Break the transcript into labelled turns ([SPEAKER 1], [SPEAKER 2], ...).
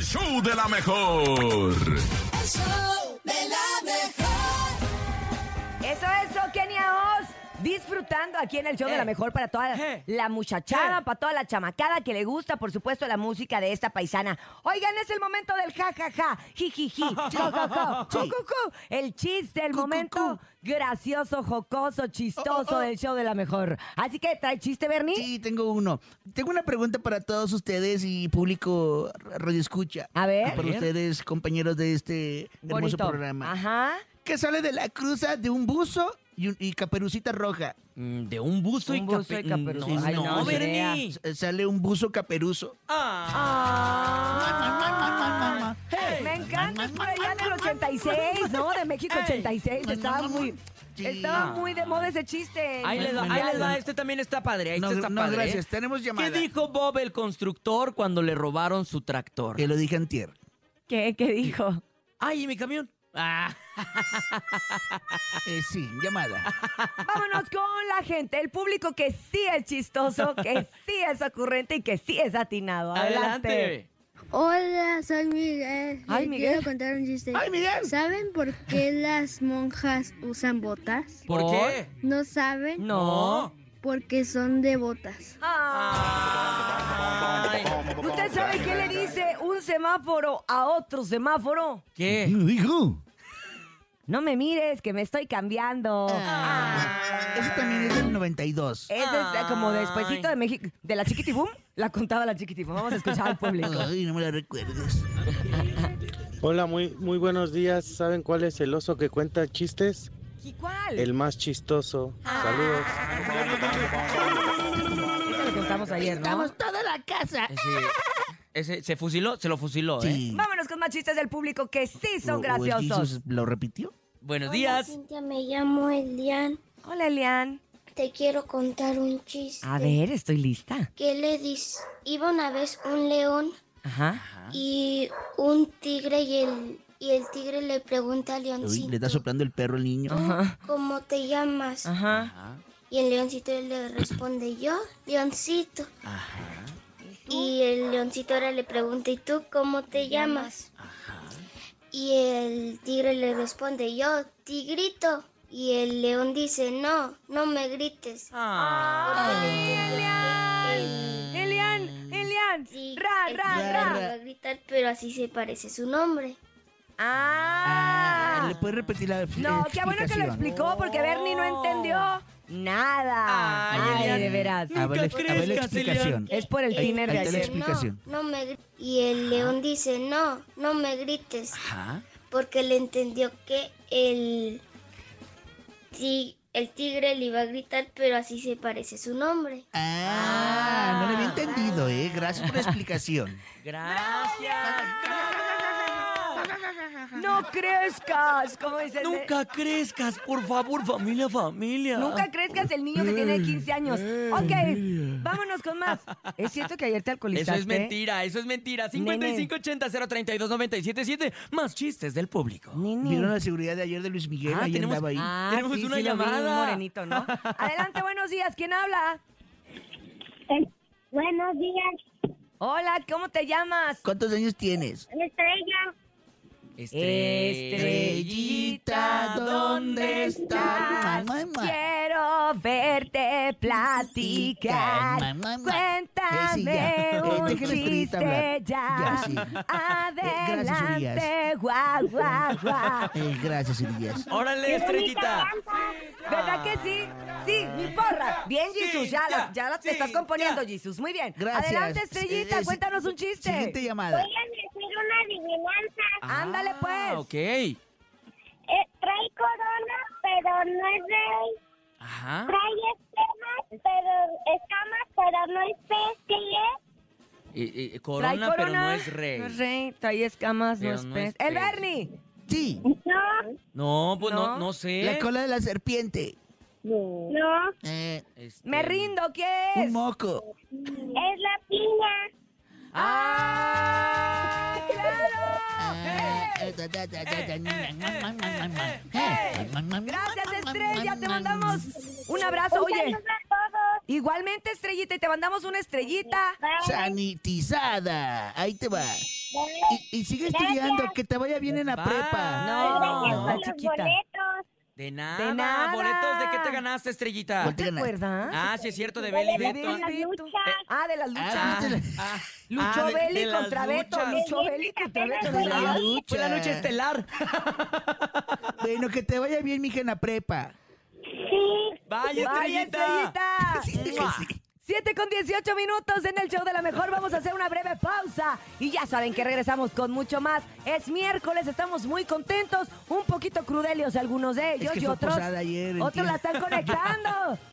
[SPEAKER 1] show de la mejor.
[SPEAKER 2] El show de la mejor.
[SPEAKER 3] Eso es Soquenia Oz. Disfrutando aquí en el show de la mejor para toda la,
[SPEAKER 4] Eh.
[SPEAKER 3] la muchachada,
[SPEAKER 4] Eh.
[SPEAKER 3] para toda la chamacada que le gusta, por supuesto, la música de esta paisana. Oigan, es el momento del ja, ja, ja, ji, ji, ji, co, co, co, cu, cu, cu. El chiste, el momento gracioso, jocoso, chistoso
[SPEAKER 4] Oh,
[SPEAKER 3] del show de la mejor. Así que trae chiste, Bernie.
[SPEAKER 5] Sí, tengo uno. Tengo una pregunta para todos ustedes y público radio escucha.
[SPEAKER 3] A ver.
[SPEAKER 5] Para
[SPEAKER 4] A ver.
[SPEAKER 5] ustedes, compañeros de este hermoso
[SPEAKER 3] Bonito.
[SPEAKER 5] programa.
[SPEAKER 3] Ajá.
[SPEAKER 5] Que sale de la cruza de un buzo y, un- y caperucita roja.
[SPEAKER 4] Mm, De un buzo y
[SPEAKER 3] Un buzo y
[SPEAKER 4] cape-
[SPEAKER 3] caperuza.
[SPEAKER 4] No,
[SPEAKER 3] Ay,
[SPEAKER 4] no,
[SPEAKER 3] no, idea.
[SPEAKER 4] Bernie.
[SPEAKER 5] S- eh, Sale un buzo caperuso.
[SPEAKER 4] Ah,
[SPEAKER 3] Ah. Me encanta, es por allá del 86, ¿no? De México 86. Estaba muy,
[SPEAKER 5] Sí.
[SPEAKER 3] estaba muy de moda ese chiste.
[SPEAKER 4] ahí les va, ahí les va, este también está padre. ahí
[SPEAKER 5] No,
[SPEAKER 4] este está
[SPEAKER 5] no,
[SPEAKER 4] padre,
[SPEAKER 5] gracias.
[SPEAKER 4] ¿eh?
[SPEAKER 5] Tenemos
[SPEAKER 4] ¿Qué
[SPEAKER 5] llamada.
[SPEAKER 4] dijo Bob el constructor cuando le robaron su tractor?
[SPEAKER 5] Que lo dije antier.
[SPEAKER 3] ¿Qué, ¿Qué dijo?
[SPEAKER 4] ¡Ay, ¿y mi camión! Ah,
[SPEAKER 3] Ah.
[SPEAKER 5] Eh, sí, llamada.
[SPEAKER 3] Vámonos con la gente, el público que sí es chistoso, que sí es ocurrente y que sí es atinado. Adelante.
[SPEAKER 4] adelante.
[SPEAKER 6] Hola, soy Miguel.
[SPEAKER 3] Ay,
[SPEAKER 6] Les
[SPEAKER 3] Miguel.
[SPEAKER 6] Quiero contar un chiste.
[SPEAKER 5] ¡Ay, Miguel!
[SPEAKER 6] ¿Saben por qué las monjas usan botas?
[SPEAKER 4] ¿Por,
[SPEAKER 3] ¿Por?
[SPEAKER 4] qué?
[SPEAKER 6] No saben
[SPEAKER 3] No.
[SPEAKER 6] porque son devotas.
[SPEAKER 4] Ay,
[SPEAKER 3] Ah. ¿Usted sabe qué le dice un semáforo a otro semáforo?
[SPEAKER 4] ¿Qué?
[SPEAKER 5] Hijo.
[SPEAKER 3] No me mires, que me estoy cambiando.
[SPEAKER 5] Ah. Ese también es del 92.
[SPEAKER 3] Ese es eh, como despuesito de México, de la chiquitibum, la contaba la chiquitibum. Vamos a escuchar al público.
[SPEAKER 5] Ay, no me la recuerdes.
[SPEAKER 7] Hola, muy, muy buenos días. ¿Saben cuál es el oso que cuenta chistes?
[SPEAKER 3] ¿Y cuál?
[SPEAKER 7] El más chistoso. Saludos.
[SPEAKER 3] Eso lo contamos ayer, ¿no?
[SPEAKER 4] Ese- ese- se fusiló, se lo fusiló, ¿eh?
[SPEAKER 5] Sí.
[SPEAKER 3] Vámonos con más chistes del público que sí son
[SPEAKER 5] ¿O- o el
[SPEAKER 3] graciosos.
[SPEAKER 5] Jesus ¿Lo repitió?
[SPEAKER 4] Buenos
[SPEAKER 8] Hola,
[SPEAKER 4] días.
[SPEAKER 8] Cintia, me llamo Elian.
[SPEAKER 3] Hola, Elian.
[SPEAKER 8] Te quiero contar un chiste.
[SPEAKER 3] A ver, estoy lista.
[SPEAKER 8] ¿Qué le dice? Iba una vez un león
[SPEAKER 3] Ajá.
[SPEAKER 8] y un tigre y el, y el tigre le pregunta al
[SPEAKER 5] Uy,
[SPEAKER 8] leoncito.
[SPEAKER 5] le está soplando el perro al niño.
[SPEAKER 8] ¿Cómo te llamas?
[SPEAKER 3] Ajá.
[SPEAKER 4] Ajá,
[SPEAKER 8] Y el leoncito le responde yo, leoncito.
[SPEAKER 4] ajá.
[SPEAKER 8] Y el leoncito ahora le pregunta, ¿y tú cómo te llamas? Y el tigre le responde, yo, tigrito. Y el león dice, no, no me grites.
[SPEAKER 4] Ah,
[SPEAKER 3] Elian. Elian, Elian.
[SPEAKER 8] Sí,
[SPEAKER 3] Ra,
[SPEAKER 8] el
[SPEAKER 3] ra,
[SPEAKER 8] tigre
[SPEAKER 3] ra.
[SPEAKER 8] no va a gritar, pero así se parece su nombre.
[SPEAKER 3] Ah.
[SPEAKER 5] ¿Le puedes repetir la
[SPEAKER 3] No, qué bueno que lo
[SPEAKER 5] explicación?
[SPEAKER 3] explicó porque Bernie no entendió nada.
[SPEAKER 4] Oh. Ay,
[SPEAKER 3] Ay,
[SPEAKER 4] Elian.
[SPEAKER 3] de veras.
[SPEAKER 5] A ver,
[SPEAKER 4] Nunca
[SPEAKER 5] la- a ver la
[SPEAKER 4] crezcas,
[SPEAKER 5] explicación.
[SPEAKER 3] Es por el
[SPEAKER 8] Y
[SPEAKER 3] tiner de
[SPEAKER 5] ahí te la
[SPEAKER 3] ayer.
[SPEAKER 8] dice,
[SPEAKER 5] explicación.
[SPEAKER 8] No, no me gri-". y el león dice, no, no me grites,
[SPEAKER 4] Ajá.
[SPEAKER 8] porque le entendió que el, ti- el tigre le iba a gritar, pero así se parece su nombre.
[SPEAKER 5] Ah, no lo había entendido, ¿eh? Gracias por la explicación.
[SPEAKER 4] Gracias.
[SPEAKER 3] No crezcas, como dices.
[SPEAKER 4] Nunca crezcas, por favor, familia, familia.
[SPEAKER 5] Ah.
[SPEAKER 3] Nunca crezcas el niño que
[SPEAKER 5] Eh,
[SPEAKER 3] tiene 15 años. Ok, vámonos con más. ¿Es cierto que ayer te
[SPEAKER 4] Eso
[SPEAKER 3] alcoholizaste?
[SPEAKER 4] es mentira, eso es mentira.
[SPEAKER 3] Nene.
[SPEAKER 4] 5580-032-977, más chistes del público.
[SPEAKER 5] ¿Vieron
[SPEAKER 3] Nene.
[SPEAKER 5] la seguridad de ayer de Luis Miguel?
[SPEAKER 4] Ah,
[SPEAKER 5] ahí
[SPEAKER 4] tenemos-
[SPEAKER 5] andaba ahí.
[SPEAKER 3] Ah,
[SPEAKER 4] Tenemos una
[SPEAKER 3] lo vi, un
[SPEAKER 4] llamada.
[SPEAKER 3] morenito, ¿no? Adelante, buenos días. ¿Quién habla?
[SPEAKER 8] Eh, Buenos días,
[SPEAKER 3] Hola, ¿cómo te llamas?
[SPEAKER 5] ¿Cuántos años tienes?
[SPEAKER 8] estrella.
[SPEAKER 3] Estrellita,
[SPEAKER 5] ¿dónde
[SPEAKER 3] estás? Quiero verte platicar.
[SPEAKER 5] Mamá, mamá. Eh, sí, ya.
[SPEAKER 3] Cuéntame
[SPEAKER 5] Eh,
[SPEAKER 3] un
[SPEAKER 5] dejen a
[SPEAKER 3] chiste
[SPEAKER 5] Estrellita hablar.
[SPEAKER 3] ya.
[SPEAKER 5] Ya, sí. Eh, gracias,
[SPEAKER 3] Adelante, guau, guau, guau.
[SPEAKER 5] Eh, gracias, Elías.
[SPEAKER 4] Órale, estrellita.
[SPEAKER 3] ¿Verdad que sí? Sí, mi porra. Bien,
[SPEAKER 4] Ah, Sí,
[SPEAKER 3] Jesús, ya, la-
[SPEAKER 4] ya,
[SPEAKER 3] ya la- te
[SPEAKER 4] sí,
[SPEAKER 3] estás componiendo,
[SPEAKER 4] ya.
[SPEAKER 3] Jesús. Muy bien.
[SPEAKER 5] Gracias.
[SPEAKER 3] Adelante,
[SPEAKER 5] Eh,
[SPEAKER 3] Estrellita,
[SPEAKER 5] eh,
[SPEAKER 3] cuéntanos un
[SPEAKER 5] Siguiente
[SPEAKER 3] chiste.
[SPEAKER 5] llamada.
[SPEAKER 8] decir una adivinanza. Eh,
[SPEAKER 4] Ah,
[SPEAKER 3] Ándale, pues.
[SPEAKER 4] Ok.
[SPEAKER 8] trae corona, pero no es rey.
[SPEAKER 4] Ajá.
[SPEAKER 8] Trae escamas, pero escamas, pero no es pez, ¿qué es?
[SPEAKER 4] Eh, eh,
[SPEAKER 3] Trae
[SPEAKER 4] corona, pero no es rey.
[SPEAKER 3] No es rey, trae escamas, no
[SPEAKER 4] Pero
[SPEAKER 3] es
[SPEAKER 4] no
[SPEAKER 3] pez.
[SPEAKER 4] es
[SPEAKER 3] ¡El
[SPEAKER 4] pez.
[SPEAKER 3] Bernie!
[SPEAKER 5] Sí,
[SPEAKER 8] No,
[SPEAKER 4] No, pues no,
[SPEAKER 3] No.
[SPEAKER 4] no sé.
[SPEAKER 5] la cola de la serpiente.
[SPEAKER 8] no,
[SPEAKER 5] Eh,
[SPEAKER 4] Este,
[SPEAKER 3] Me rindo, ¿qué es?
[SPEAKER 5] un moco.
[SPEAKER 8] es la piña.
[SPEAKER 3] ¡Ah!
[SPEAKER 5] Ah,
[SPEAKER 3] ¡Claro!
[SPEAKER 5] eh, ta, ta, ta, ta, ta,
[SPEAKER 4] eh,
[SPEAKER 5] na,
[SPEAKER 4] eh,
[SPEAKER 5] na, na, na, na,
[SPEAKER 4] eh,
[SPEAKER 5] na.
[SPEAKER 3] eh.
[SPEAKER 5] Na, na, na,
[SPEAKER 3] Gracias,
[SPEAKER 5] na, na,
[SPEAKER 3] Estrella.
[SPEAKER 5] na,
[SPEAKER 3] Te
[SPEAKER 5] na, na.
[SPEAKER 3] mandamos un abrazo. Oye,
[SPEAKER 8] Saludos a todos.
[SPEAKER 3] igualmente, Estrellita, y te mandamos una estrellita.
[SPEAKER 8] Bye.
[SPEAKER 5] Sanitizada. Ahí te va. Y, y sigue estudiando, que te vaya bien en la
[SPEAKER 4] Bye.
[SPEAKER 5] prepa.
[SPEAKER 3] No, no,
[SPEAKER 4] Gracias
[SPEAKER 3] chiquita.
[SPEAKER 4] De nada.
[SPEAKER 3] De nada.
[SPEAKER 4] ¿Boletos de qué te ganaste, estrellita?
[SPEAKER 3] ¿No te acuerdas?
[SPEAKER 4] Ah, sí, es cierto, de Beli
[SPEAKER 3] De
[SPEAKER 4] Beto.
[SPEAKER 3] Beli Beto. Ah, de las
[SPEAKER 5] Ah,
[SPEAKER 3] luchas.
[SPEAKER 5] viste la-
[SPEAKER 4] Ah,
[SPEAKER 3] Luchó
[SPEAKER 4] ah, de-
[SPEAKER 3] Belli
[SPEAKER 4] de las
[SPEAKER 3] contra Beto.
[SPEAKER 4] luchas.
[SPEAKER 3] Luchó Belli contra Beto.
[SPEAKER 5] de la
[SPEAKER 3] ¿verdad?
[SPEAKER 5] lucha.
[SPEAKER 4] Fue la lucha estelar.
[SPEAKER 5] Bueno, que te vaya bien, mija, en la prepa.
[SPEAKER 4] Vaya,
[SPEAKER 3] ¡Vaya,
[SPEAKER 4] estrellita.
[SPEAKER 3] estrellita!
[SPEAKER 5] Sí, sí,
[SPEAKER 3] ¡Mua!
[SPEAKER 5] sí.
[SPEAKER 3] Siete con 18 minutos en el show de la mejor. Vamos a hacer una breve pausa. Y ya saben que regresamos con mucho más. Es miércoles, estamos muy contentos. Un poquito crudelios algunos de ellos
[SPEAKER 5] que
[SPEAKER 3] y
[SPEAKER 5] fue
[SPEAKER 3] otros.
[SPEAKER 5] posada ayer,
[SPEAKER 3] otros la
[SPEAKER 5] entiendo.
[SPEAKER 3] están conectando.